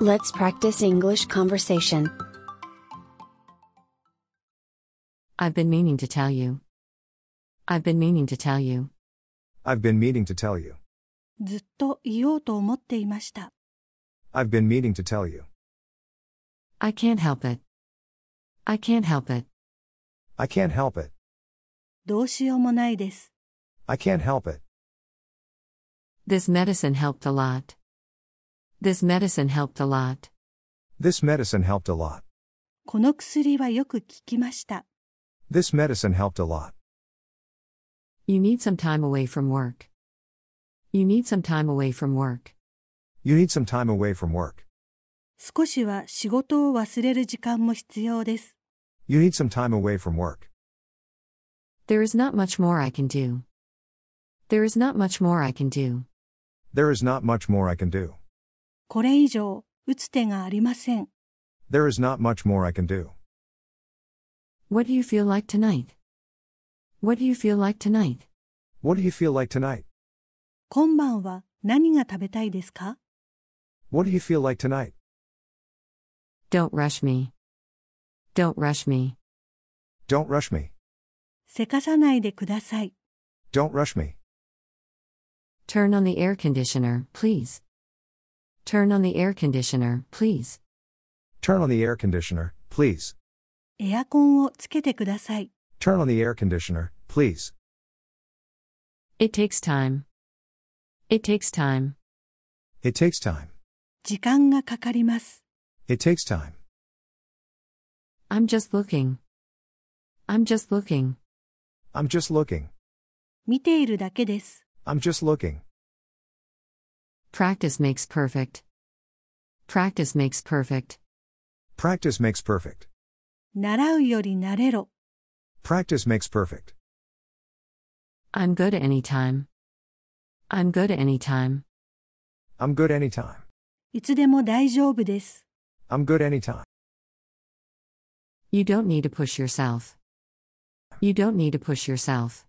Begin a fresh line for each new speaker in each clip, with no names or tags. Let's practice English conversation.
I've been meaning to tell you. I've been meaning to tell you.
I've been meaning to tell you.
ずっと言おうと思っていました。
I've been meaning to tell you.
I can't help it. I can't help it.
I can't help it.
どうしようもないです。
I can't help it.
This medicine helped a lot. This medicine helped a lot.
This medicine helped a lot.
この薬はよく効きました。
This medicine helped a lot.
You need some time away from work. You need some time away from work.
You need some time away from work.
少しは仕事を忘れる時間も必要です。
You need some time away from work.
There is not much more I can do. There is not much more I can do.
There is not much more I can do.
これ以上、打つ手がありません。
There is not much more I can do.
What do you feel like tonight? What do you feel like tonight?
What do you feel like tonight?
今晩は何が食べたいですか
What do you feel like tonight?
Don't rush me. Don't rush me.
Don't rush me.
せかさないでください。
Don't rush me.
Turn on the air conditioner, please. Turn on the air conditioner, please.
Turn on the air conditioner, please.
エアコンをつけてください。
Turn on the air conditioner, please.
It takes time. It takes time.
It takes time.
時間がかかります。
It takes time.
I'm just looking. I'm just looking.
I'm just looking.
見ているだけです。
I'm just looking.
Practice makes perfect. Practice makes perfect.
Practice makes perfect.
習うより慣れろ。
Practice makes perfect.
I'm good any time. I'm good any time.
I'm good anytime.
いつでも大丈夫です。
I'm good anytime.
You don't need to push yourself. You don't need to push yourself.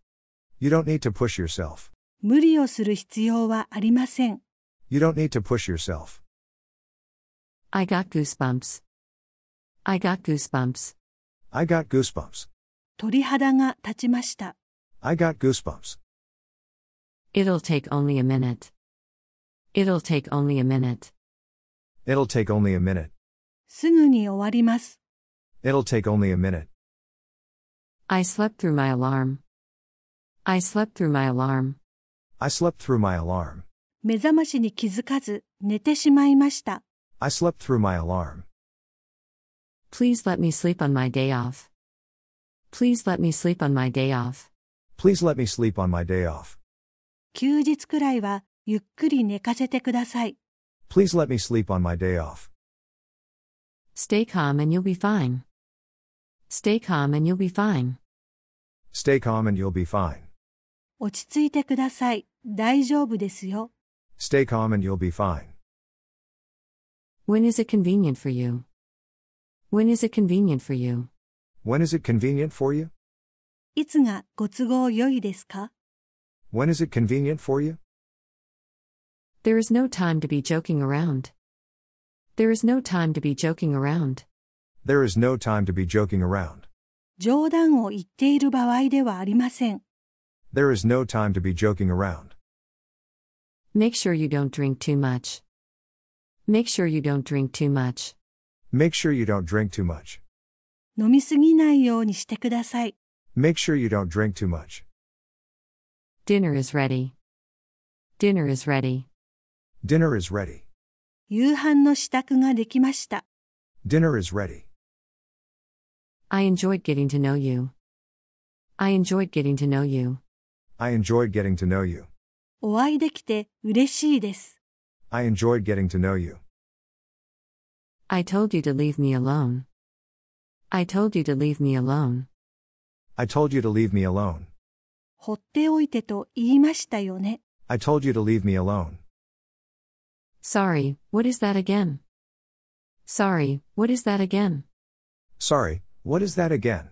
You don't need to push yourself.
無理をする必要はありません。
You don't need to push yourself.
I got goosebumps. I got goosebumps.
I got goosebumps.
鳥肌が立ちました。
I got goosebumps.
It'll take only a minute. It'll take only a minute.
It'll take only a minute.
すぐに終わります。
It'll take only a minute.
I slept through my alarm. I slept through my alarm.
I slept through my alarm.
目覚ましに気づかず寝てしまいました。
I slept through my alarm.
Please let me sleep on my day off. Please let me sleep on my day off.
Please let me sleep on my day off.
休日くらいはゆっくり寝かせてください。
Please let me sleep on my day off.
Stay calm and you'll be fine. Stay calm and you'll be fine.
Stay calm and you'll be fine.
落ち着いてください。大丈夫ですよ。
Stay calm and you'll be fine.
When is it convenient for you? When is it convenient for you?
When is it convenient for you?
いつがご都合良いですか
When is it convenient for you?
There is no time to be joking around. There is no time to be joking around.
There is no time to be joking around.
冗談を言っている場合ではありません。
There is no time to be joking around.
Make sure you don't drink too much. Make sure you don't drink too much.
Make sure you don't drink too much.
飲みすぎないようにしてください。
Make sure you don't drink too much.
Dinner is ready. Dinner is ready.
Dinner is ready.
夕飯の支度ができました。
Dinner is ready.
I enjoyed getting to know you. I enjoyed getting to know you.
I enjoyed getting to know you.
お会いできて嬉しいです。
I enjoyed getting to know you.
I told you to leave me alone. I told you to leave me alone.
I told you to leave me alone.
放っておいてと言いましたよね。
I told you to leave me alone.
Sorry, what is that again? Sorry, what is that again?
Sorry, what is that again?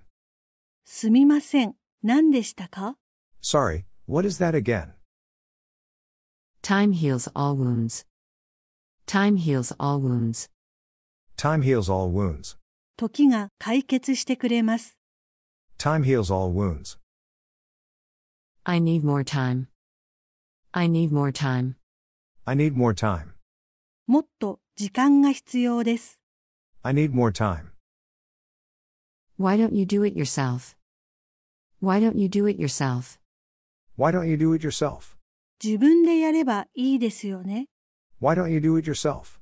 すみません。何でしたか
Sorry, what is that again?
Time heals all wounds. Time heals all wounds.
Time heals all wounds.
時が解決してくれます。
Time heals all wounds.
I need more time. I need more time.
I need more time.
もっと時間が必要です。
I need more time.
Why don't you do it yourself? Why don't you do it yourself?
Why don't you do it yourself?
自分でやればいいですよね。
Why don't you do it yourself?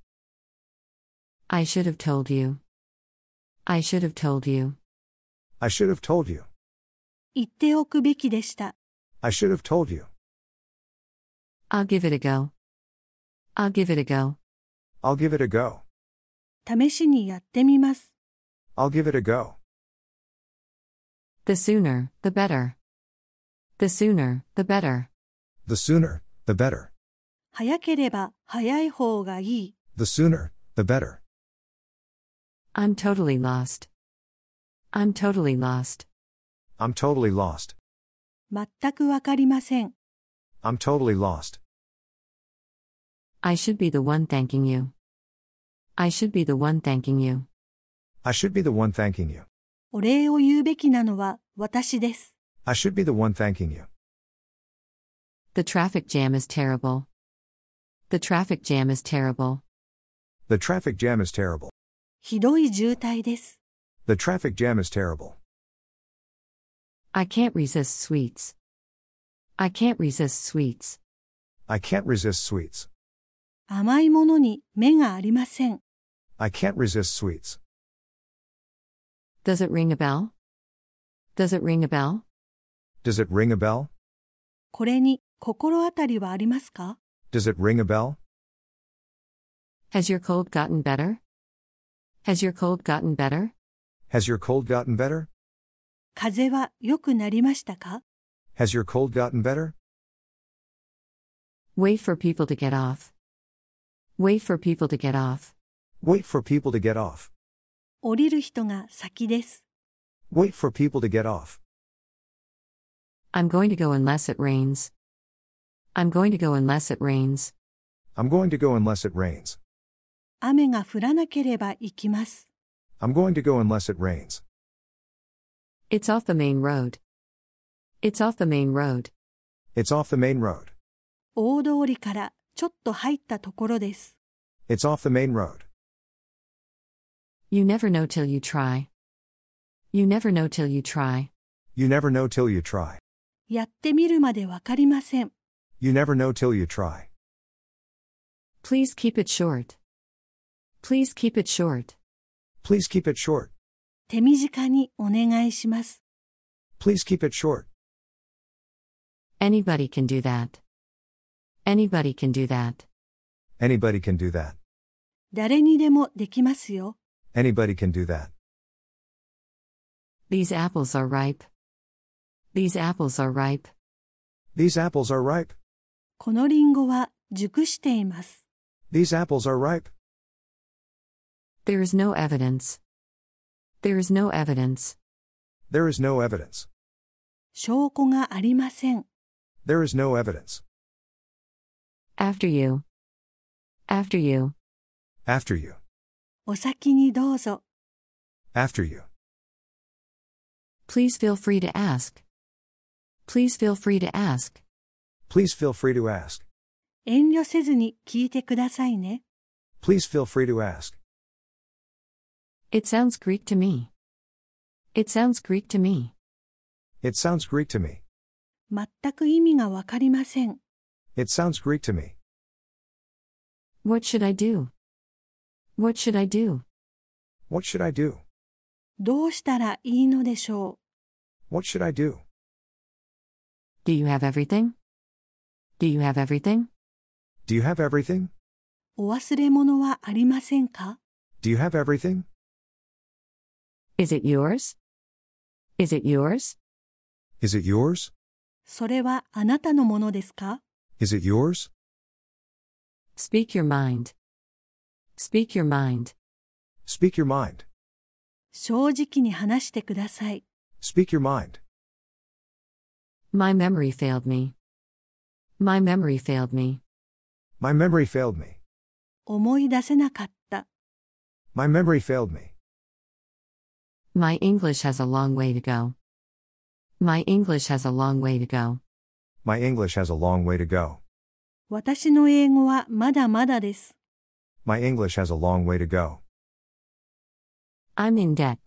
I should have told you. I should have told you.
I should have told you.
言っておくべきでした。
I should have told you.
I'll give it a go. I'll give it a go.
I'll give it a go.
試しにやってみます。
I'll give it a go.
The sooner, the better. The sooner, the better.
The sooner, the better.
早ければ早い方がいい。
The sooner, the better.
I'm totally lost. I'm totally lost.
I'm totally lost.
全くわかりません。
I'm totally lost.
I should be the one thanking you. I should be the one thanking you.
I should be the one thanking you.
お礼を言うべきなのは私です。
I should be the one thanking you.
The traffic jam is terrible. The traffic jam is terrible.
The traffic jam is terrible.
ひどい渋滞です。
The traffic jam is terrible.
I can't resist sweets. I can't resist sweets.
I can't resist sweets.
甘いものに目がありません。
I can't resist sweets.
Does it ring a bell? Does it ring a bell?
Does it ring a bell?
これに心当たりはありますか
Does it ring a bell?
Has your cold gotten better? Has your cold gotten better?
Has your cold gotten better?
風邪は良くなりましたか
Has your cold gotten better?
Wait for people to get off. Wait for people to get off.
Wait for people to get off.
降りる人が先です。
Wait for people to get off.
I'm going to go unless it rains. I'm going to go unless it rains.
I'm going to go unless it rains.
雨が降らなければ行きます。
I'm going to go unless it rains.
It's off the main road. It's off the main road.
It's off the main road.
大通りからちょっと入ったところです。
It's off the main road.
You never know till you try. You never know till you try.
You never know till you try.
やってみるまでわかりません。
You never know till you try.
Please keep it short. Please keep it short.
Please keep it short.
手短にお願いします。
Please keep it short.
Anybody can do that. Anybody can do that.
Anybody can do that.
誰にでもできますよ。
Anybody can do that.
These apples are ripe. These apples are ripe.
These apples are ripe.
このリンゴは熟しています。
These apples are ripe.
There is no evidence. There is no evidence.
There is no evidence.
証拠がありません。
There is no evidence.
After you. After you.
After you.
お先にどうぞ。
After you.
Please feel free to ask. Please feel free to ask.
Please feel free to ask.
遠慮せずに聞いてくださいね。
Please feel free to ask.
It sounds Greek to me. It sounds Greek to me.
It sounds Greek to me.
全く意味がわかりません。
It sounds Greek to me.
What should I do? What should I do?
What should I do?
どうしたらいいのでしょ
What should I do?
Do you have everything? Do you have everything?
Do you have everything?
う。お忘れ物はありませんか
Do you have everything?
Is it yours? Is it yours?
Is it yours?
それはあなたのものですか
Is it yours?
Speak your mind. Speak your mind.
Speak your mind.
正直に話してください。
Speak your mind.
My memory failed me. My memory failed me.
My memory failed me.
思い出せなかった。
My memory failed me.
My English has a long way to go. My English has a long way to go.
My English has a long way to go.
私の英語はまだまだです。
My English has a long way to go.
I'm in debt.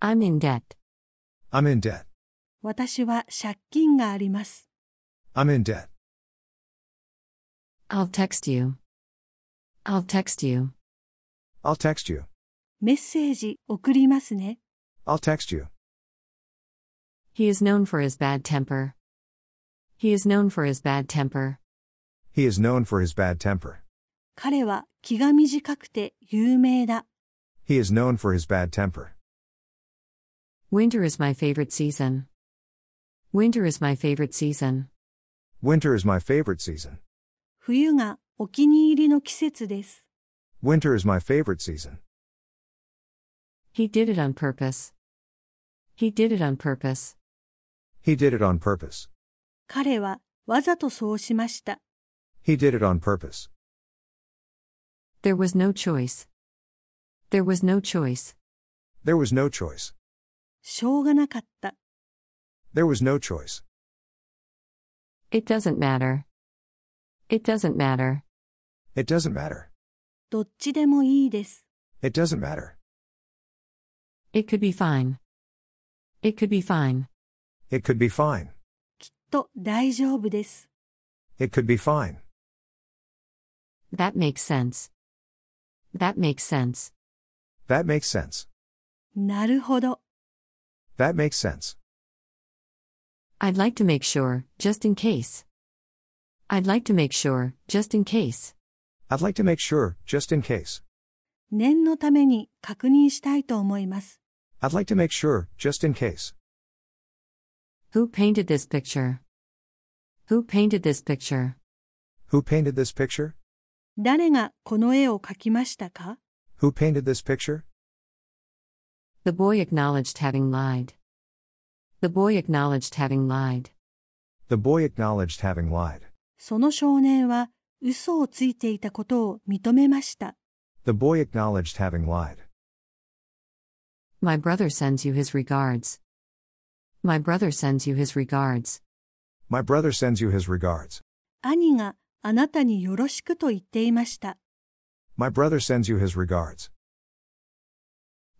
I'm in debt.
I'm in debt.
私は借金があります。
I'm in debt.
I'll text you. I'll text you.
I'll text you.
メッセージ送りますね。
I'll text you.
He is known for his bad temper. He is known for his bad temper.
He is known for his bad temper.
彼は気が短くて有名だ。
He is known for his bad temper.
Winter is my favorite season. Winter is my favorite season.
Winter is my favorite season.
冬がお気に入りの季節です。
Winter is my favorite season.
He did it on purpose. He did it on purpose.
He did it on purpose.
彼はわざとそうしました。
He did it on purpose.
There was no choice. There was no choice.
There was no choice.
しょうがなかった。
There was no choice.
It doesn't matter. It doesn't matter.
It doesn't matter.
どっちでもいいです。
It doesn't matter.
It could be fine. It could be fine.
It could be fine.
きっと大丈夫です。
It could be fine.
That makes sense. That makes sense.
That makes sense.
なるほど。
That makes sense.
I'd like to make sure, just in case. I'd like to make sure, just in case.
I'd like to make sure, just in case.
念のために確認したいと思います。
I'd like to make sure, just in case.
Who painted this picture? Who painted this picture?
Who painted this picture?
誰がこの絵を描きましたか
Who painted this picture?
The boy acknowledged having lied. The boy acknowledged having lied.
The boy acknowledged having lied.
その少年は嘘をついていたことを認めました。
The boy acknowledged having lied.
My brother sends you his regards. My brother sends you his regards.
My brother sends you his regards.
兄があなたによろしくと言っていました。
My brother sends you his regards.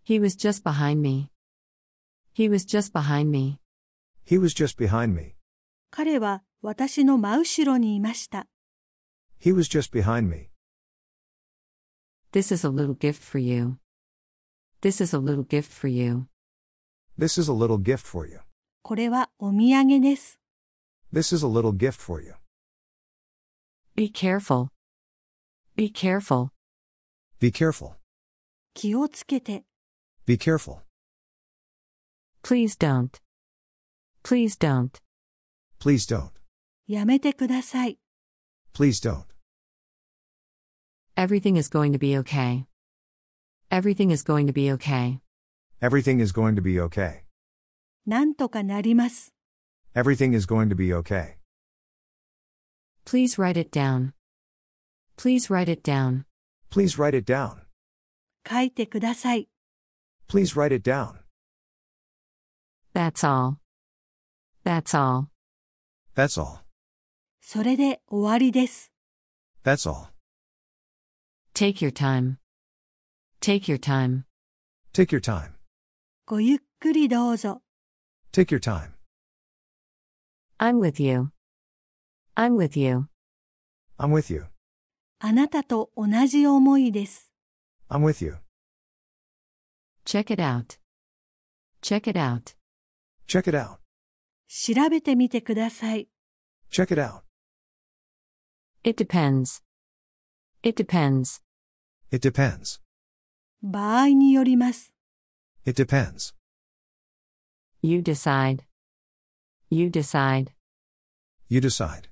He was just behind me. He was just behind me.
He was just behind me.
彼は私の真後ろにいました。
He was just behind me.
This is a little gift for you. This is a little gift for you.
This is a little gift for you.
これはお土産です。
This is a little gift for you.
Be careful. Be careful.
Be careful.
気をつけて。
Be careful.
Please don't. Please don't.
Please don't.
やめてください。
Please don't.
Everything is going to be okay. Everything is going to be okay.
Everything is going to be okay.
なんとかなります。
Everything is going to be okay.
Please write it down. Please write it down.
Please write it down.
書いてください。
Please write it down.
That's all. That's all.
That's all.
それで終わりです。
That's all.
Take your time. Take your time.
Take your time.
ごゆっくりどうぞ。
Take your time.
I'm with you. I'm with you.
I'm with you.
あなたと同じ思いです。
I'm with you.
Check it out. Check it out.
Check it out.
調べてみてください。
Check it out.
It depends. It depends.
It depends.
場合によります。
It depends.
You decide. You decide.
You decide.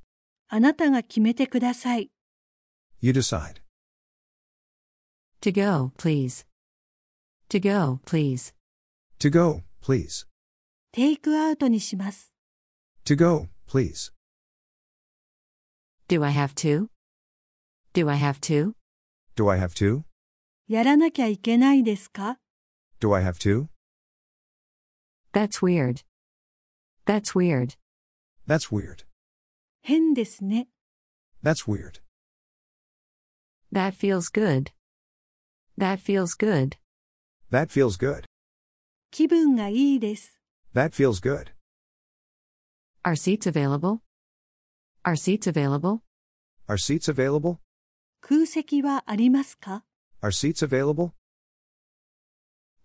あなたが決めてください。
You decide.
To go, please. To go, please.
To go, please.
テイクアウトにします。
To go, please.
Do I have to? Do I have to?
Do I have to?
やらなきゃいけないですか
Do I have to?
That's weird. That's weird.
That's weird.
変ですね。
That's weird.
That feels good. That feels good.
That feels good.
気分がいいです。
That feels good.
Are seats available? Are seats available?
Are seats available?
空席はありますか
Are seats available?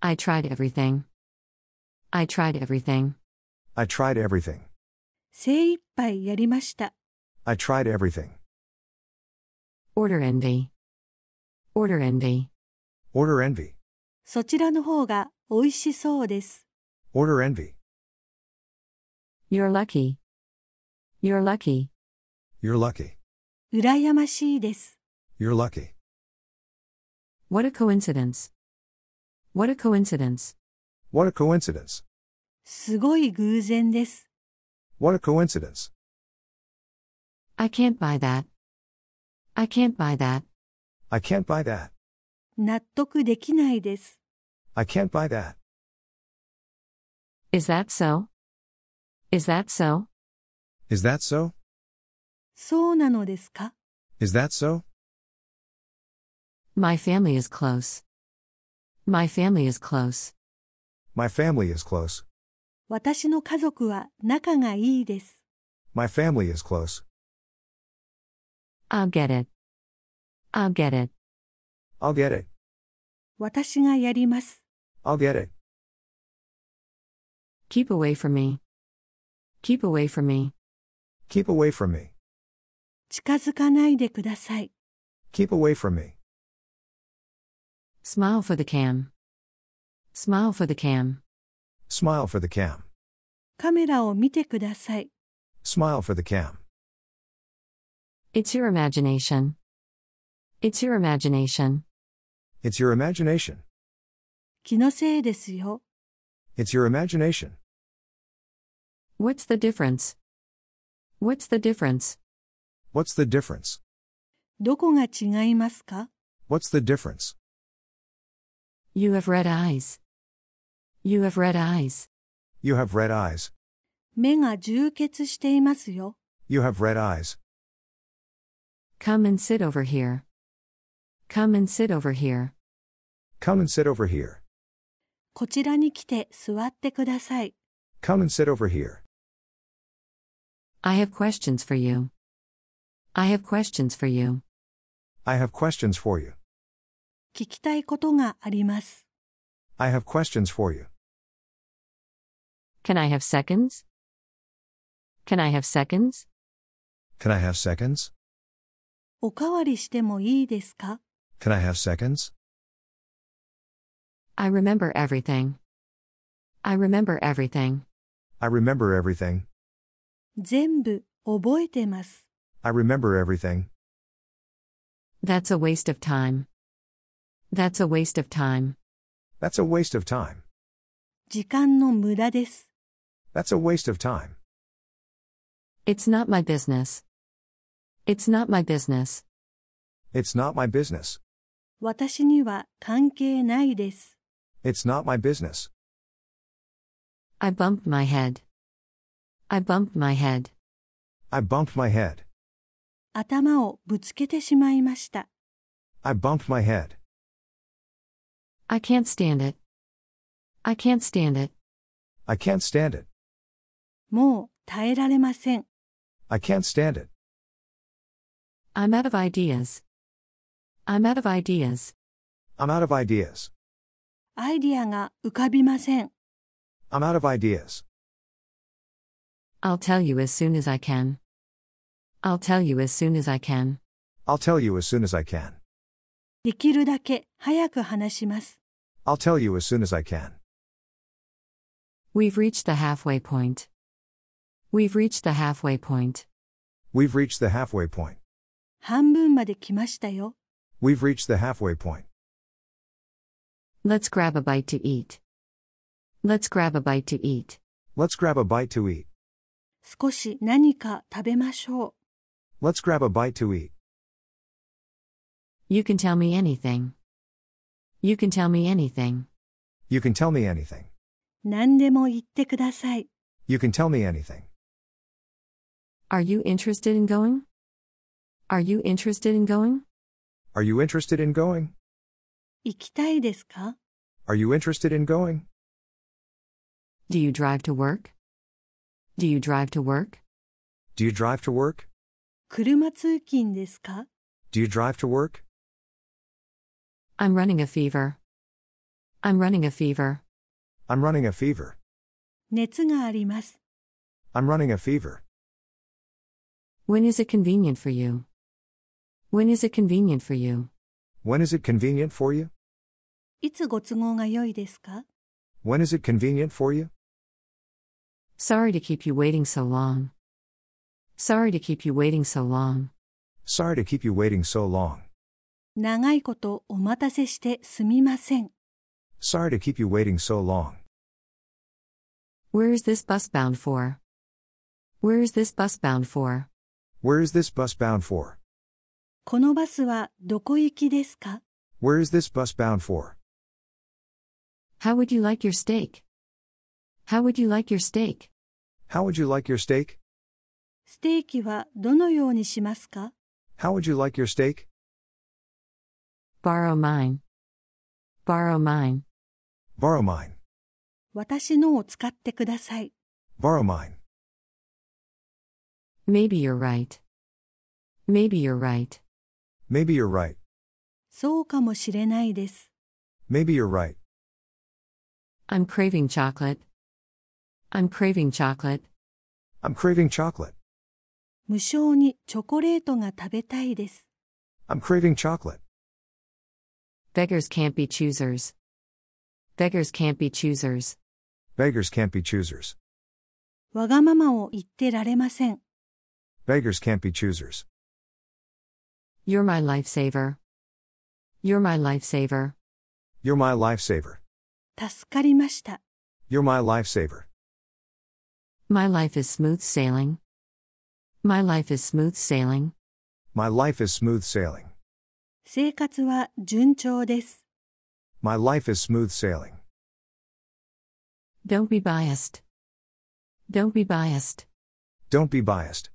I tried everything. I tried everything.
I tried everything.
精一杯やりました。
I tried everything.
Order envy. Order envy.
Order envy.
そちらの方が美味しそうです。
Order envy.
You're lucky. You're lucky.
You're lucky.
羨ましいです。
You're lucky.
What a coincidence. What a coincidence.
What a coincidence.
すごい偶然です。
What a coincidence.
I can't buy that. I can't buy that.
I can't buy that.
納得できないです。
I can't buy that.
Is that so? Is that so?
Is that so?
そうなのですか
Is that so?
My family is close. My family is close.
My family is close.
私の家族は仲がいいです。
My family is close.
I'll get it. I'll get it.
I'll get it.
私がやります。
I'll get it.
Keep away from me. Keep away from me.
Keep away from me.
近づかないでください。
Keep away from me.
Smile for the cam. Smile for the cam.
Smile for the cam.
カメラを見てください。
Smile for the cam.
It's your imagination. It's your imagination.
It's your imagination.
気のせいですよ。
It's your imagination.
What's the difference? What's the difference?
What's the difference?
どこが違いますか
What's the difference?
You have red eyes. You have red eyes.
You have red eyes.
目が充血していますよ。
You have red eyes.
Come and sit over here. Come and sit over here.
Come and sit over here.
こちらに来て座ってください。
Come and sit over here.
I have questions for you. I have questions for you.
I have questions for you.
聞きたいことがあります。
I have questions for you.
Can I have seconds? Can I have seconds?
Can I have seconds?
おかわりしてもいいですか
Can I have seconds?
I remember everything. I remember everything.
I remember everything.
全部覚えてます。
I remember everything.
That's a waste of time. That's a waste of time.
That's a waste of time.
時間の無駄です。
That's a waste of time.
It's not my business. It's not my business.
It's not my business.
私には関係ないです。
It's not my business.
I bumped my head. I bumped my head.
I bumped my head.
頭をぶつけてしまいました。
I bumped my head.
I can't stand it. I can't stand it.
I can't stand it.
もう耐えられません。
I can't stand it.
I'm out of ideas. I'm out of ideas.
I'm out of ideas.
アイディアが浮かびません。
I'm out of ideas.
I'll tell you as soon as I can. I'll tell you as soon as I can.
I'll tell you as soon as I can.
できるだけ早く話します。
I'll tell you as soon as I can.
We've reached the halfway point. We've reached the halfway point.
We've reached the halfway point.
半分まで来ましたよ。
We've reached the halfway point.
Let's grab a bite to eat. Let's grab a bite to eat.
Let's grab a bite to eat.
少し何か食べましょう。
Let's grab a bite to eat.
You can tell me anything. You can tell me anything.
You can tell me anything.
何でも言ってください。
You can tell me anything.
Are you interested in going? Are you interested in going?
Are you interested in going?
行きたいですか
Are you interested in going?
Do you drive to work? Do you drive to work?
Do you drive to work?
車通勤ですか
Do you drive to work?
I'm running a fever. I'm running a fever.
I'm running a fever.
熱があります。
I'm running a fever.
When is it convenient for you? When is it convenient for you?
When is it convenient for you?
いつご都合が良いですか
When is it convenient for you?
Sorry to keep you waiting so long. Sorry to keep you waiting so long.
Sorry to keep you waiting so long.
長いことお待たせしてすみません。
Sorry to keep you waiting so long.
Where is this bus bound for? Where is this bus bound for?
Where is this bus bound for?
このバスはどこ行きですか
Where is this bus bound for?
How would you like your steak? How would you like your steak?
How would you like your steak?
ステーキはどのようにしますか
How would you like your steak?
Borrow mine. Borrow mine.
Borrow mine.
私のを使ってください。
Borrow mine.
Maybe you're right. Maybe you're right.
Maybe you're right.
そうかもしれないです。
Maybe you're right.
I'm craving chocolate. I'm craving chocolate.
I'm craving chocolate.
無性にチョコレートが食べたいです。
I'm craving chocolate.
Beggars can't be choosers. Beggars can't be choosers.
Beggars can't be choosers.
わがままを言ってられません。
Beggars can't be choosers.
You're my lifesaver. You're my lifesaver.
You're my lifesaver.
助かりました。
You're my lifesaver.
My life is smooth sailing. My life is smooth sailing.
My life is smooth sailing.
生活は順調です。
My life is smooth sailing.
Don't be biased. Don't be biased.
Don't be biased.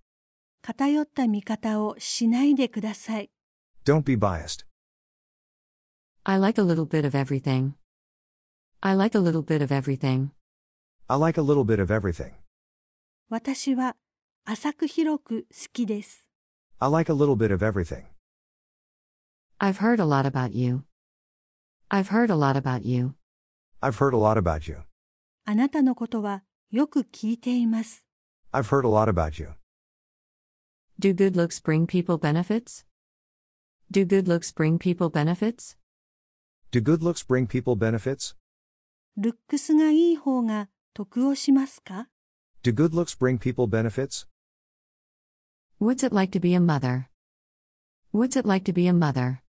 偏った見方をしないでください。
Don't be biased.
I like a little bit of everything. I like a little bit of everything.
I like a little bit of everything.
私は浅く広く好きです。
I like a little bit of everything.
I've heard a lot about you. I've heard a lot about you.
I've heard a lot about you.
あなたのことはよく聞いています。
I've heard a lot about you.
Do good looks bring people benefits? Do good looks bring people benefits?
Do good looks bring people benefits?
ルックスがいい方が得をしますか
Do good looks bring people benefits?
What's it like to be a mother? What's it like to be a mother?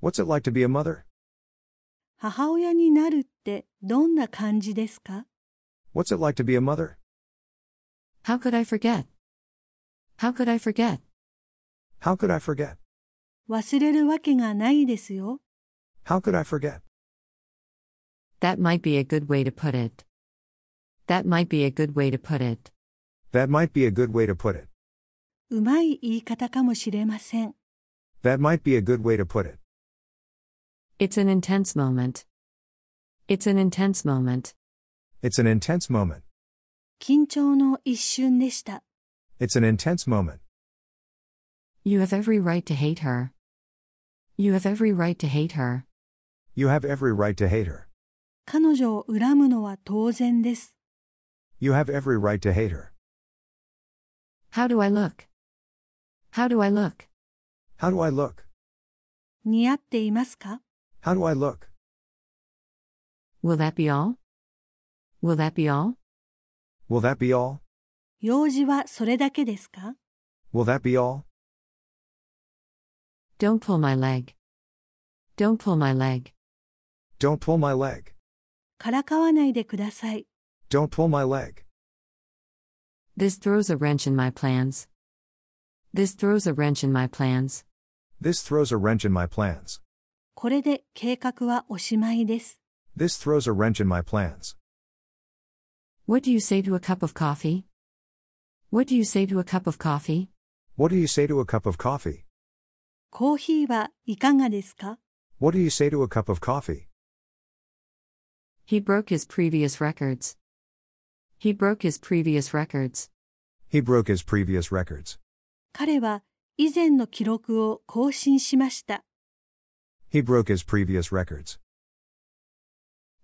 What's it like to be a mother?
母親になるってどんな感じですか
What's it like to be a mother?
How could I forget? How could I forget?
How could I forget?
忘れるわけがないですよ。
How could I forget?
That might be a good way to put it. That might be a good way to put it.
That might be a good way to put it.
うまい言い方かもしれません。
That might be a good way to put it.
It's an intense moment. It's an intense moment.
It's an intense moment.
緊張の一瞬でした。
It's an intense moment.
You have every right to hate her. You have every right to hate her.
You have every right to hate her.
彼女を恨むのは当然です。
You have every right to hate her.
How do I look? How do I look?
How do I look?
似合っていますか
How do I look?
Will that be all? Will that be all?
Will that be all?
用事はそれだけですか
Will that be all?
Don't pull my leg. Don't pull my leg.
Don't pull my leg.
からかわないでください。
Don't pull my leg.
This throws a wrench in my plans. This throws a wrench in my plans.
This throws a wrench in my plans.
これで計画はおしまいです。
This throws a wrench in my plans.
What do you say to a cup of coffee? What do you say to a cup of coffee?
What do you say to a cup of coffee?
コーヒーはいかがですか
What do you say to a cup of coffee?
He broke his previous records. He broke his previous records.
He broke his previous records.
彼は以前の記録を更新しました。
He broke his previous records.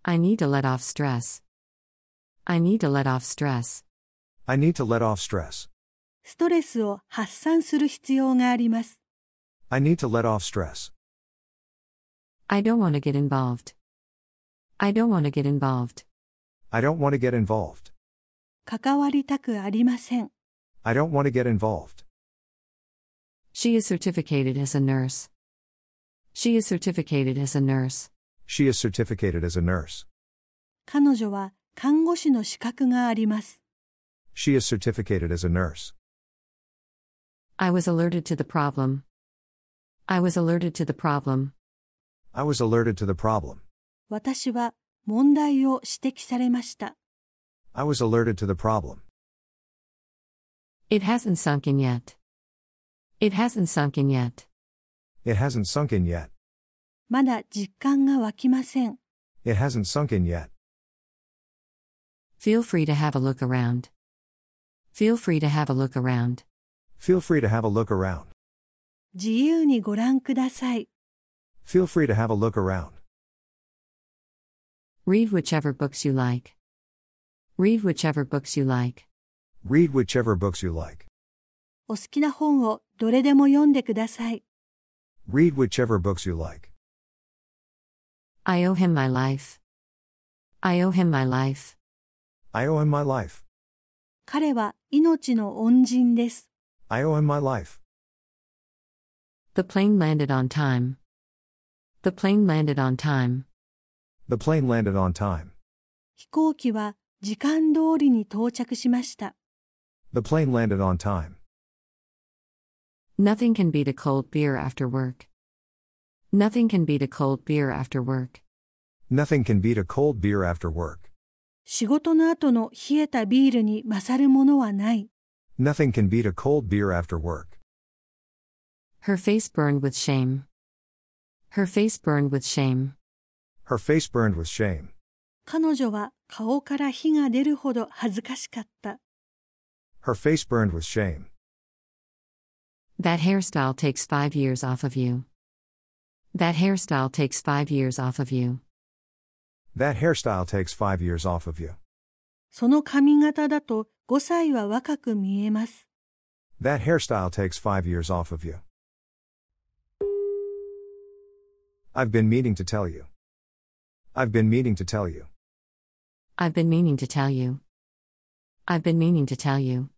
I need to let off stress. I need to let off stress.
I need to let off stress.
ストレスを発散する必要があります。
I need to let off stress.
I don't want to get involved. I don't want to get involved.
I don't want to get involved.
関わりたくありません。
I don't want to get involved.
She is certificated as a nurse. She is certificated as a nurse.
She is certificated as a nurse.
彼女は看護師の資格があります。
She is certificated as a nurse.
I was alerted to the problem. I was alerted to the problem.
I was alerted to the problem.
私は問題を指摘されました。
I was alerted to the problem.
It hasn't sunk in yet. It hasn't sunk in yet.
It hasn't sunk in yet.
まだ実感が湧きません。
It hasn't sunk in yet.
Feel free to have a look around. Feel free to have a look around.
Feel free to have a look around.
自由にご覧ください。
Feel free to have a look around.
Read whichever books you like. Read whichever books you like.
Read whichever books you like.
お好きな本をどれでも読んでください。
Read whichever books you like.
I owe him my life. I owe him my life.
I owe him my life.
彼は命の恩人です。
I owe him my life.
The plane landed on time. The plane landed on time.
The plane landed on time.
飛行機は時間通りに到着しました。
The plane landed on time.
Nothing can beat a cold beer after work. Nothing can beat a cold beer after work.
Nothing can beat a cold beer after work.
仕事の後の冷えたビールに勝るものはない。
Nothing can beat a cold beer after work.
Her face burned with shame. Her face burned with shame.
Her face burned with shame.
彼女は顔から火が出るほど恥ずかしかった。
Her face burned with shame.
That hairstyle takes five years off of you. That hairstyle takes five years off of you.
That hairstyle takes five years off of you.
その髪型だと5歳は若く見えます。
That hairstyle takes five years off of you. I've been meaning to tell you. I've been meaning to tell you.
I've been meaning to tell you. I've been meaning to tell you.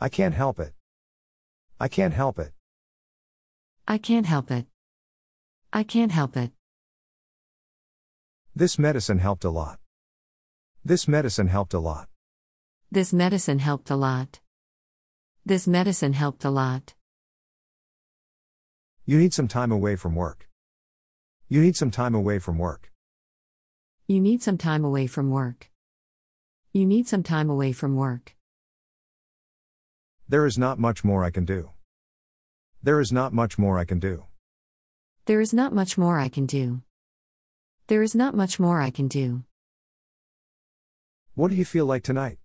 I can't help it. I can't help it.
I can't help it. I can't help it.
This medicine helped a lot. This medicine helped a lot.
This medicine helped a lot. This medicine helped a lot.
You need some time away from work. You need some time away from work.
You need some time away from work. You need some time away from work.
There is not much more I can do. There is not much more I can do.
There is not much more I can do. There is not much more I can do.
What do you feel like tonight?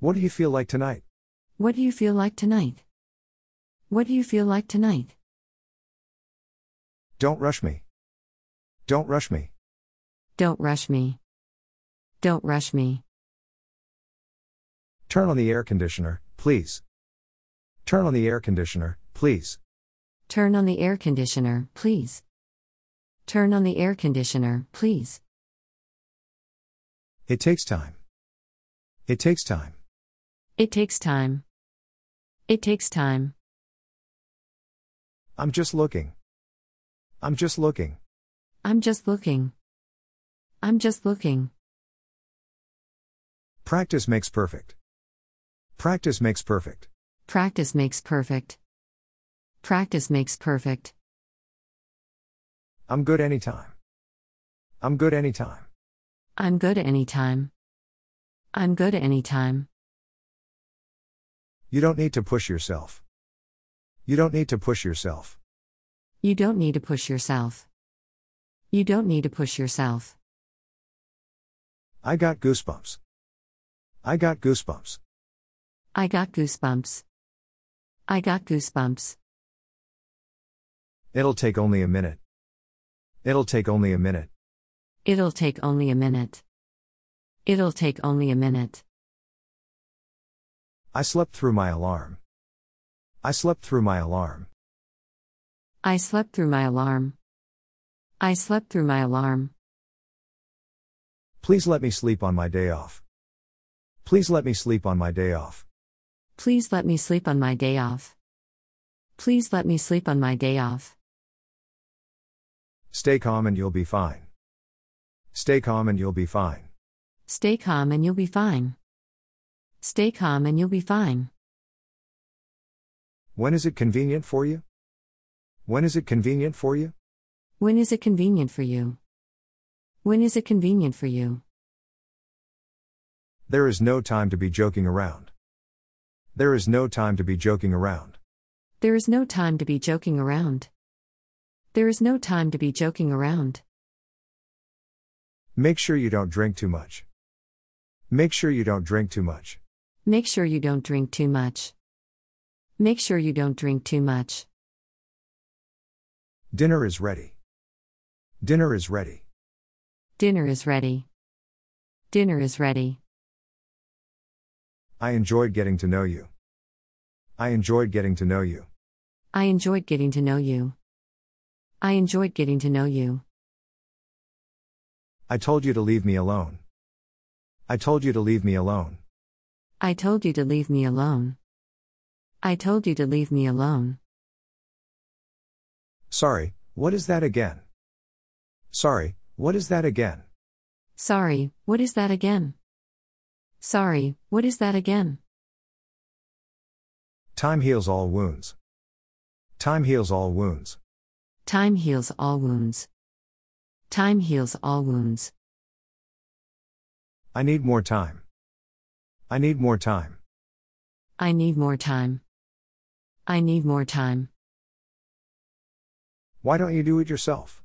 What do you feel like tonight?
What do you feel like tonight? What do you feel like tonight?
Don't rush me. Don't rush me.
Don't rush me. Don't rush me.
Turn on the air conditioner, please. Turn on the air conditioner, please.
Turn on the air conditioner, please. Turn on the air conditioner, please.
It takes time. It takes time.
It takes time. It takes time.
I'm just looking. I'm just looking.
I'm just looking. I'm just looking.
Practice makes perfect. Practice makes perfect.
Practice makes perfect. Practice makes perfect.
I'm good anytime. I'm good anytime.
I'm good anytime. I'm good anytime.
You don't need to push yourself. You don't need to push yourself.
You don't need to push yourself. You don't need to push yourself.
I got goosebumps. I got goosebumps.
I got goosebumps. I got goosebumps.
It'll take only a minute. It'll take only a minute.
It'll take only a minute. It'll take only a minute.
I slept through my alarm. I slept through my alarm.
I slept through my alarm. I slept through my alarm.
Please let me sleep on my day off. Please let me sleep on my day off.
Please let me sleep on my day off. Please let me sleep on my day off.
Stay calm and you'll be fine. Stay calm and you'll be fine.
Stay calm and you'll be fine. Stay calm and you'll be fine.
When is it convenient for you? When is it convenient for you?
When is it convenient for you? When is it convenient for you?
There is no time to be joking around. There is no time to be joking around.
There is no time to be joking around. There is no time to be joking around.
Make sure you don't drink too much. Make sure you don't drink too much.
Make sure you don't drink too much. Make sure you don't drink too much.
Dinner is ready. Dinner is ready.
Dinner is ready. Dinner is ready.
I enjoyed getting to know you. I enjoyed getting to know you.
I enjoyed getting to know you. I enjoyed getting to know you.
I told you to leave me alone. I told you to leave me alone.
I told you to leave me alone. I told you to leave me alone.
Sorry, what is that again? Sorry, what is that again?
Sorry, what is that again? Sorry, what is that again?
Time heals all wounds. Time heals all wounds.
Time heals all wounds. Time heals all wounds.
I need more time. I need more time.
I need more time. I need more time.
Why don't you do it yourself?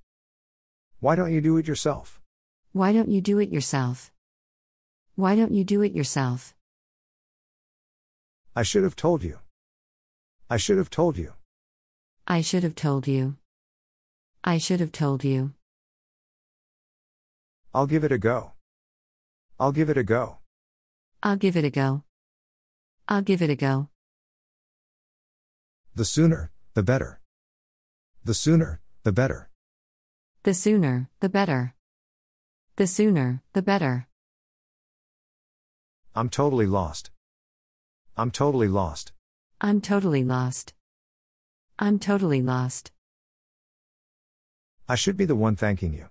Why don't you do it yourself?
Why don't you do it yourself? Why don't you do it yourself?
I should have told you. I should have told you.
I should have told you. I should have told you.
I'll give it a go. I'll give it a go.
I'll give it a go. I'll give it a go.
The sooner, the better. The sooner, the better.
The sooner, the better. The sooner, the better.
I'm totally lost. I'm totally lost.
I'm totally lost. I'm totally lost.
I should be the one thanking you.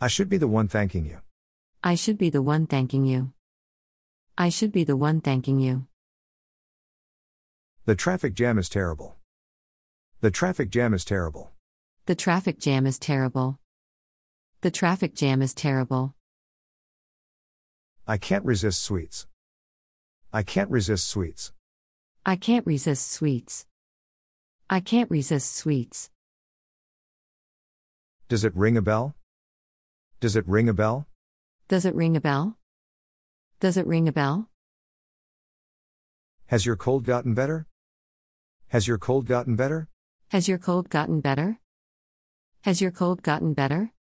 I should be the one thanking you.
I should be the one thanking you. I should be the one thanking you.
The traffic jam is terrible. The traffic jam is terrible.
The traffic jam is terrible. The traffic jam is terrible.
I can't resist sweets. I can't resist sweets.
I can't resist sweets. I can't resist sweets.
Does it ring a bell? Does it ring a bell?
Does it ring a bell? Does it ring a bell?
Has your cold gotten better? Has your cold gotten better?
Has your cold gotten better? Has your cold gotten better?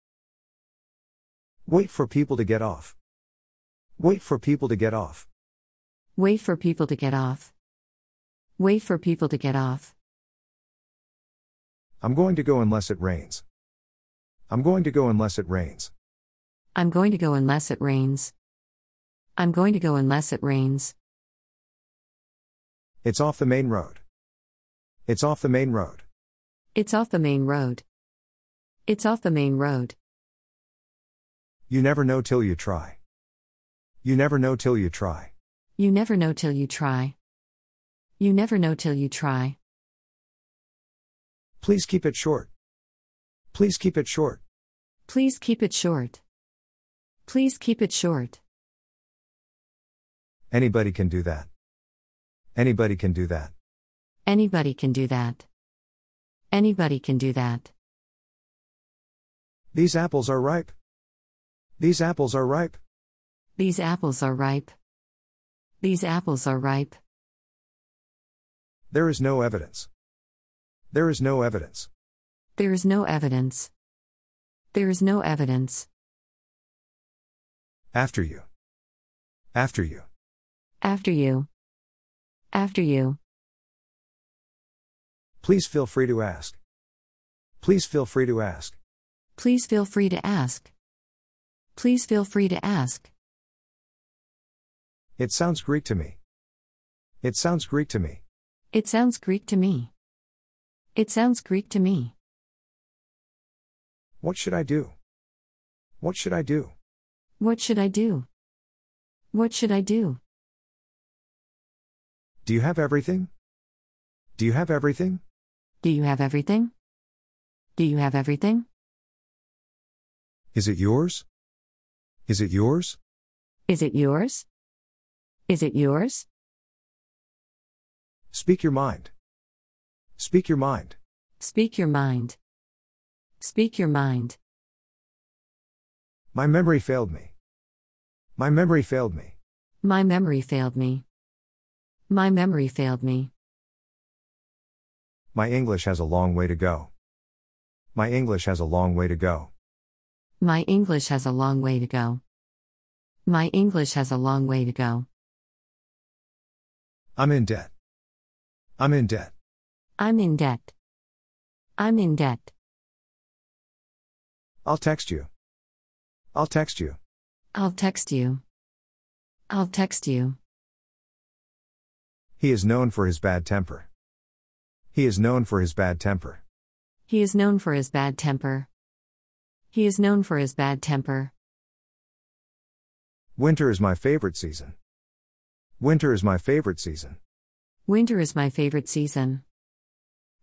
Wait for people to get off. Wait for people to get off.
Wait for people to get off. Wait for people to get off.
I'm going to go unless it rains. I'm going to go unless it rains.
I'm going to go unless it rains. I'm going to go unless it rains.
It's off the main road. It's off the main road.
It's off the main road. It's off the main road.
You never know till you try. You never know till you try.
You never know till you try. You never know till you try.
Please keep it short. Please keep it short.
Please keep it short. Please keep it short.
Anybody can do that. Anybody can do that.
Anybody can do that. Anybody can do that.
These apples are ripe. These apples are ripe.
These apples are ripe. These apples are ripe.
There is no evidence. There is no evidence.
There is no evidence. There is no evidence.
After you. After you.
After you. After you.
Please feel free to ask. Please feel free to ask.
Please feel free to ask. Please feel free to ask.
It sounds Greek to me. It sounds Greek to me.
It sounds Greek to me. It sounds Greek to me.
What should I do? What should I do?
What should I do? What should I do?
Do you have everything? Do you have everything?
Do you have everything? Do you have everything?
Is it yours? Is it yours?
Is it yours? Is it yours?
Speak your mind. Speak your mind.
Speak your mind. Speak your mind.
My memory failed me. My memory failed me.
My memory failed me. My memory failed me.
My English has a long way to go. My English has a long way to go.
My English has a long way to go. My English has a long way to go.
I'm in debt. I'm in debt.
I'm in debt. I'm in debt.
I'll text you. I'll text you.
I'll text you. I'll text you.
He is known for his bad temper. He is known for his bad temper.
He is known for his bad temper. He is known for his bad temper.
Winter is my favorite season. Winter is my favorite season.
Winter is my favorite season.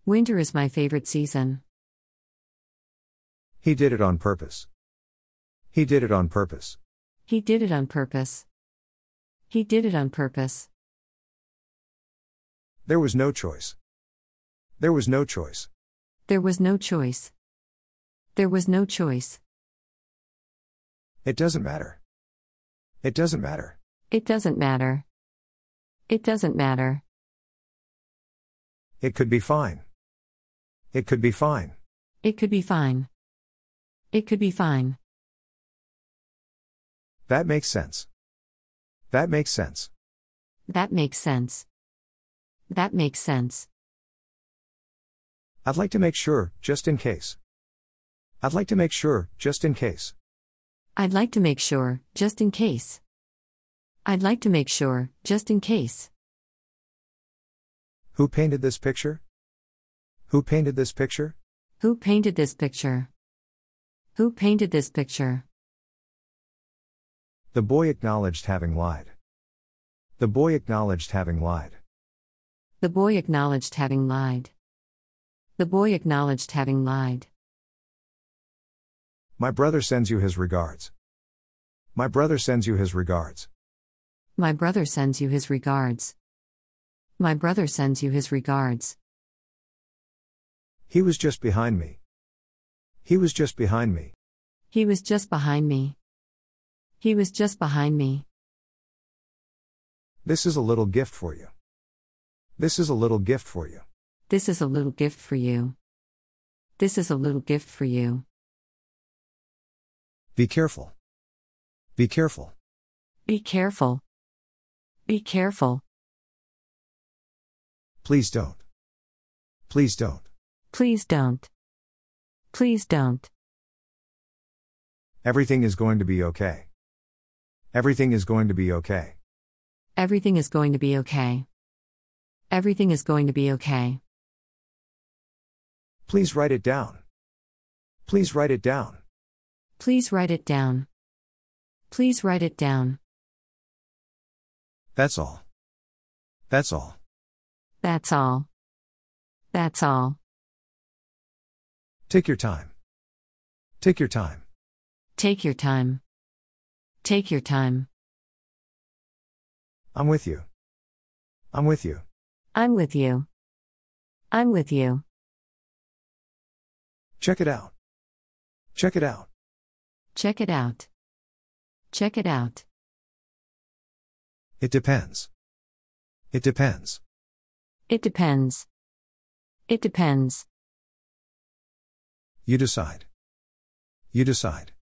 Winter is my favorite season.
He did it on purpose. He did it on purpose.
He did it on purpose. He did it on purpose.
There was no choice. There was no choice.
There was no choice. There was no choice.
It doesn't matter. It doesn't matter.
It doesn't matter. It doesn't matter.
It could be fine. It could be fine.
It could be fine. It could be fine.
That makes sense. That makes sense.
That makes sense. That makes sense.
I'd like to make sure, just in case. I'd like to make sure, just in case.
I'd like to make sure, just in case. I'd like to make sure, just in case.
Who painted this picture? Who painted this picture?
Who painted this picture? Who painted this picture?
The boy acknowledged having lied. The boy acknowledged having lied.
The boy acknowledged having lied. The boy acknowledged having lied.
My brother sends you his regards. My brother sends you his regards.
My brother sends you his regards. My brother sends you his regards.
He was just behind me. He was just behind me.
He was just behind me. He was just behind me.
This is a little gift for you. This is a little gift for you.
This is a little gift for you. This is a little gift for you.
Be careful. Be careful.
Be careful. Be careful.
Please don't. Please don't.
Please don't. Please don't.
Everything is going to be okay. Everything is going to be okay.
Everything is going to be okay. Everything is going to be okay.
Please write it down. Please write it down.
Please write it down. Please write it down.
That's all. That's all.
That's all. That's all.
Take your time. Take your time.
Take your time. Take your time.
I'm with you. I'm with you.
I'm with you. I'm with you.
Check it out. Check it out.
Check it out. Check it out.
It depends. It depends.
It depends. It depends.
You decide. You decide.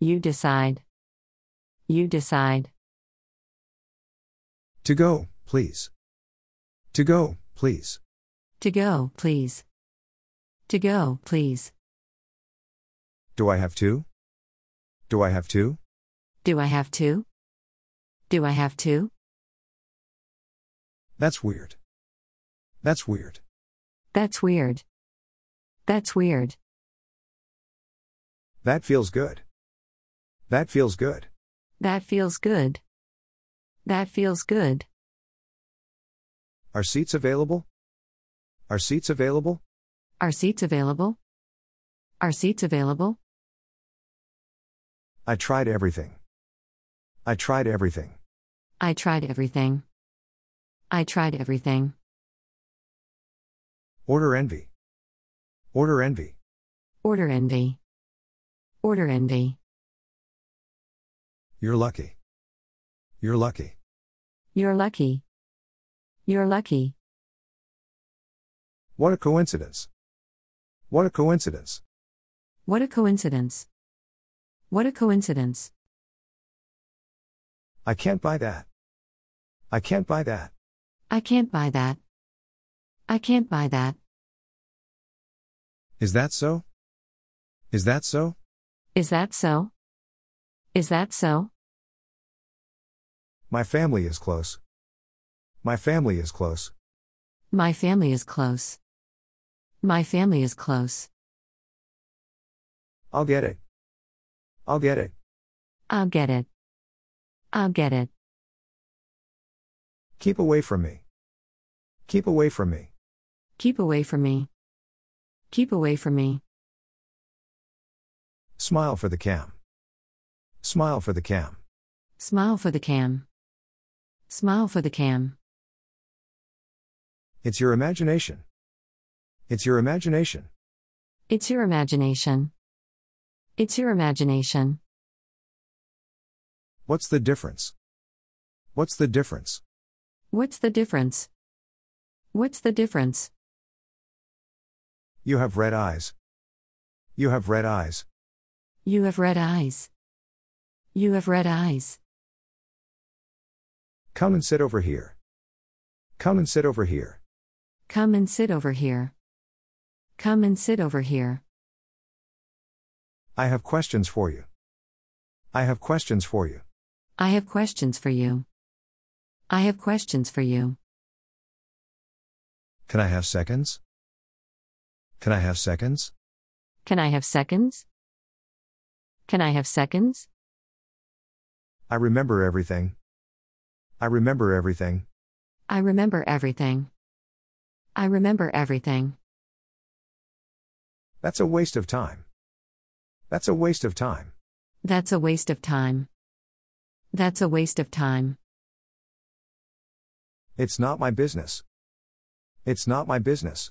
You decide. You decide.
To go, please. To go, please.
To go, please. To go, please.
Do I have two? Do I have two?
Do I have to? Do I have to?
That's weird. That's weird.
That's weird. That's weird.
That feels good. That feels good.
That feels good. That feels good.
Are seats available? Are seats available?
Are seats available? Are seats available?
I tried everything. I tried everything.
I tried everything. I tried everything.
Order envy. Order envy.
Order envy. Order envy.
You're lucky. You're lucky.
You're lucky. You're lucky.
What a coincidence. What a coincidence.
What a coincidence. What a coincidence.
I can't buy that. I can't buy that.
I can't buy that. I can't buy that.
Is that so? Is that so?
Is that so? Is that so?
My family is close. My family is close.
My family is close. My family is close.
I'll get it. I'll get it.
I'll get it. I'll get it.
Keep away from me. Keep away from me.
Keep away from me. Keep away from me.
Smile for the cam. Smile for the cam.
Smile for the cam. Smile for the cam.
It's your imagination. It's your imagination.
It's your imagination. It's your imagination.
What's the difference? What's the difference?
What's the difference? What's the difference?
You have red eyes. You have red eyes.
You have red eyes. You have red eyes.
Come and sit over here. Come and sit over here.
Come and sit over here. Come and sit over here.
I have questions for you. I have questions for you.
I have questions for you. I have questions for you.
Can I have seconds? Can I have seconds?
Can I have seconds? Can I have seconds?
I remember everything. I remember everything.
I remember everything. I remember everything.
That's a waste of time. That's a waste of time.
That's a waste of time. That's a waste of time.
It's not my business. It's not my business.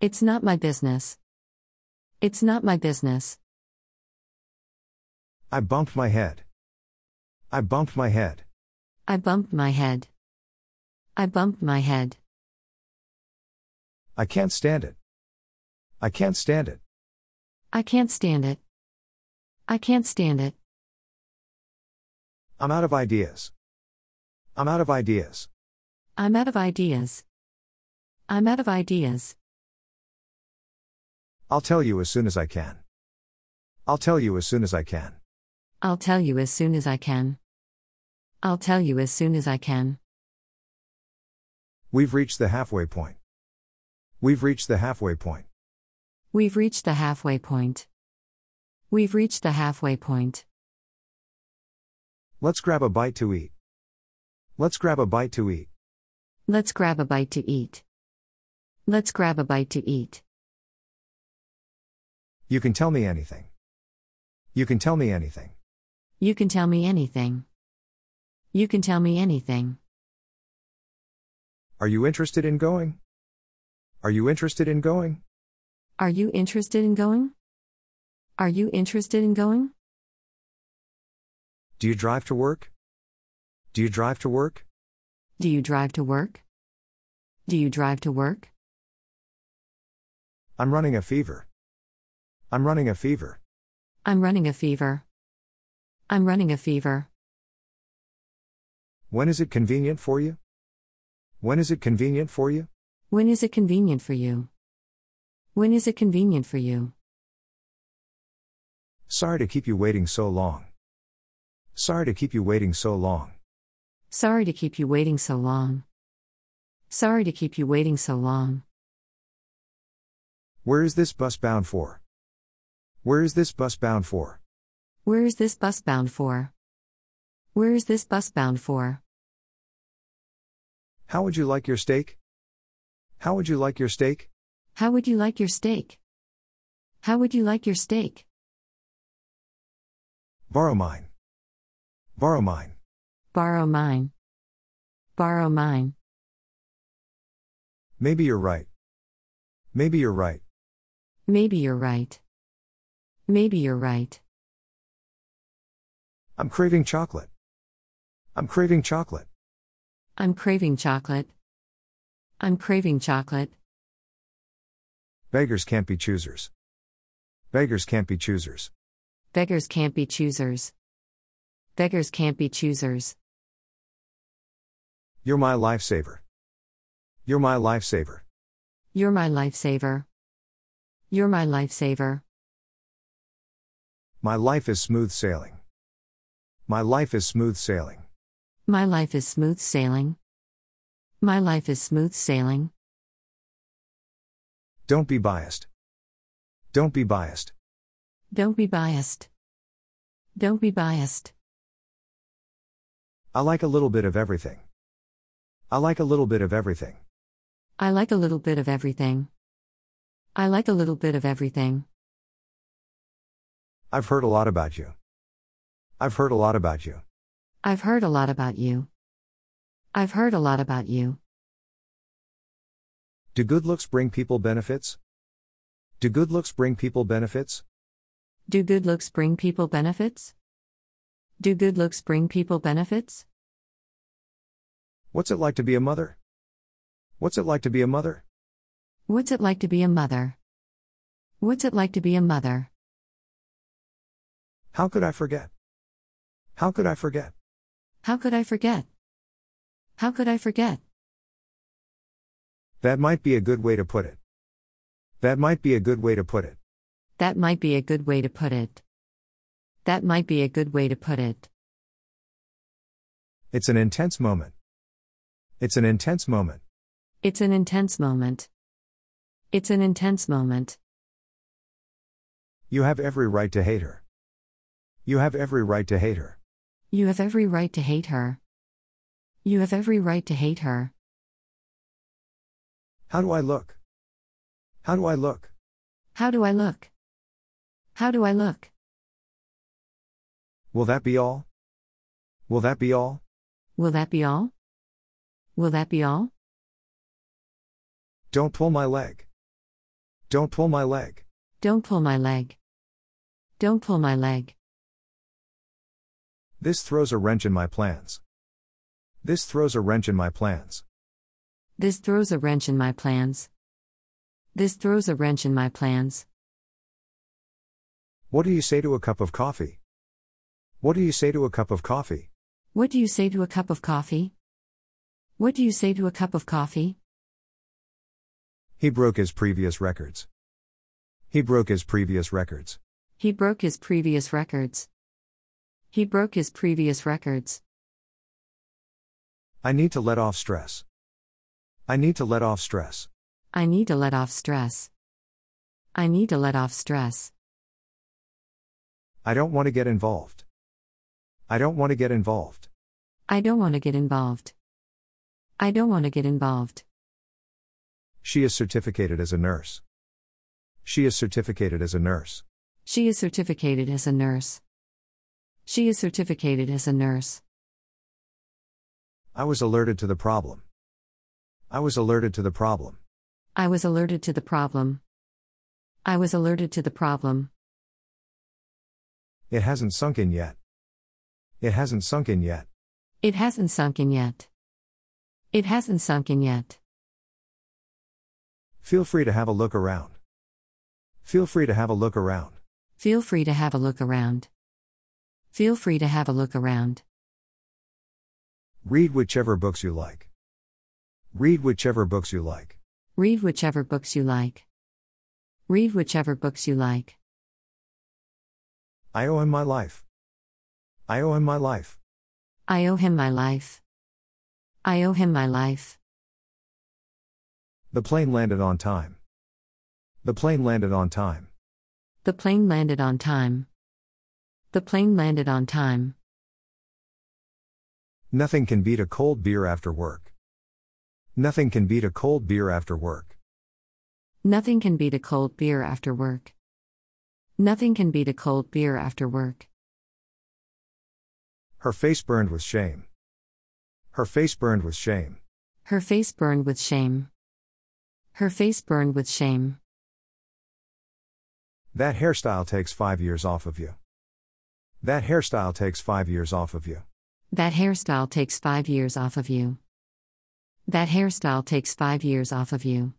It's not my business. It's not my business.
I bumped my head. I bumped my head.
I bumped my head. I bumped my head.
I can't stand it. I can't stand it.
I can't stand it. I can't stand it.
I'm out of ideas. I'm out of ideas.
I'm out of ideas. I'm out of ideas.
I'll tell you as soon as I can. I'll tell you as soon as I can.
I'll tell you as soon as I can. I'll tell you as soon as I can.
We've reached the halfway point. We've reached the halfway point.
We've reached the halfway point. We've reached the halfway point.
Let's grab a bite to eat. Let's grab a bite to eat.
Let's grab a bite to eat. Let's grab a bite to eat.
You can tell me anything. You can tell me anything.
You can tell me anything. You can tell me anything.
Are you interested in going? Are you interested in going?
Are you interested in going? Are you interested in going?
Do you drive to work? Do you drive to work?
Do you drive to work? Do you drive to work?
I'm running a fever. I'm running a fever.
I'm running a fever. I'm running a fever.
When is it convenient for you? When is it convenient for you?
When is it convenient for you? When is it convenient for you?
Sorry to keep you waiting so long. Sorry to keep you waiting so long.
Sorry to keep you waiting so long. Sorry to keep you waiting so long.
Where is this bus bound for? Where is this bus bound for?
Where is this bus bound for? Where is this bus bound for?
How would you like your steak? How would you like your steak?
How would you like your steak? How would you like your steak?
Borrow mine. Borrow mine.
Borrow mine. Borrow mine.
Maybe you're right. Maybe you're right.
Maybe you're right. Maybe you're right.
I'm craving chocolate. I'm craving chocolate.
I'm craving chocolate. I'm craving chocolate.
Beggars can't be choosers. Beggars can't be choosers.
Beggars can't be choosers. Beggars can't be choosers.
You're my lifesaver. You're my lifesaver.
You're my lifesaver. You're my lifesaver.
My life is smooth sailing. My life is smooth sailing.
My life is smooth sailing. My life is smooth sailing.
Don't be biased. Don't be biased.
Don't be biased. Don't be biased.
I like a little bit of everything. I like a little bit of everything.
I like a little bit of everything. I like a little bit of everything.
I've heard a lot about you. I've heard a lot about you.
I've heard a lot about you. I've heard a lot about you.
Do good looks bring people benefits? Do good looks bring people benefits?
Do good looks bring people benefits? Do good looks bring people benefits?
What's it like to be a mother? What's it like to be a mother?
What's it like to be a mother? What's it like to be a mother?
How could I forget? How could I forget?
How could I forget? How could I forget?
That might be a good way to put it. That might be a good way to put it.
That might be a good way to put it. That might be a good way to put it.
It's an intense moment. It's an intense moment.
It's an intense moment. It's an intense moment.
You have every right to hate her. You have every right to hate her.
You have every right to hate her. You have every right to hate her.
How do I look? How do I look?
How do I look? How do I look?
Will that be all? Will that be all?
Will that be all? Will that be all?
Don't pull my leg. Don't pull my leg.
Don't pull my leg. Don't pull my leg.
This throws a wrench in my plans. This throws a wrench in my plans.
This throws a wrench in my plans. This throws a wrench in my plans.
What do you say to a cup of coffee? What do you say to a cup of coffee?
What do you say to a cup of coffee? What do you say to a cup of coffee?
He broke his previous records. He broke his previous records.
He broke his previous records. He broke his previous records.
I need to let off stress. I need to let off stress.
I need to let off stress. I need to let off stress.
I don't want to get involved. I don't want to get involved.
I don't want to get involved. I don't want to get involved.
She is certificated as a nurse. She is certificated as a nurse.
She is certificated as a nurse. She is certificated as a nurse.
I was alerted to the problem. I was alerted to the problem.
I was alerted to the problem. I was alerted to the problem.
It hasn't sunk in yet. It hasn't sunk in yet.
It hasn't sunk in yet. It hasn't sunk in yet.
Feel free to have a look around. Feel free to have a look around.
Feel free to have a look around. Feel free to have a look around.
Read whichever books you like. Read whichever books you like.
Read whichever books you like. Read whichever books you like.
I owe him my life. I owe him my life.
I owe him my life. I owe him my life.
The plane landed on time. The plane landed on time.
The plane landed on time. The plane landed on time.
Nothing can beat a cold beer after work. Nothing can beat a cold beer after work.
Nothing can beat a cold beer after work. Nothing can beat a cold beer after work.
Her face burned with shame. Her face burned with shame.
Her face burned with shame. Her face burned with shame.
That hairstyle takes five years off of you. That hairstyle takes five years off of you.
That hairstyle takes five years off of you. That hairstyle takes five years off of you.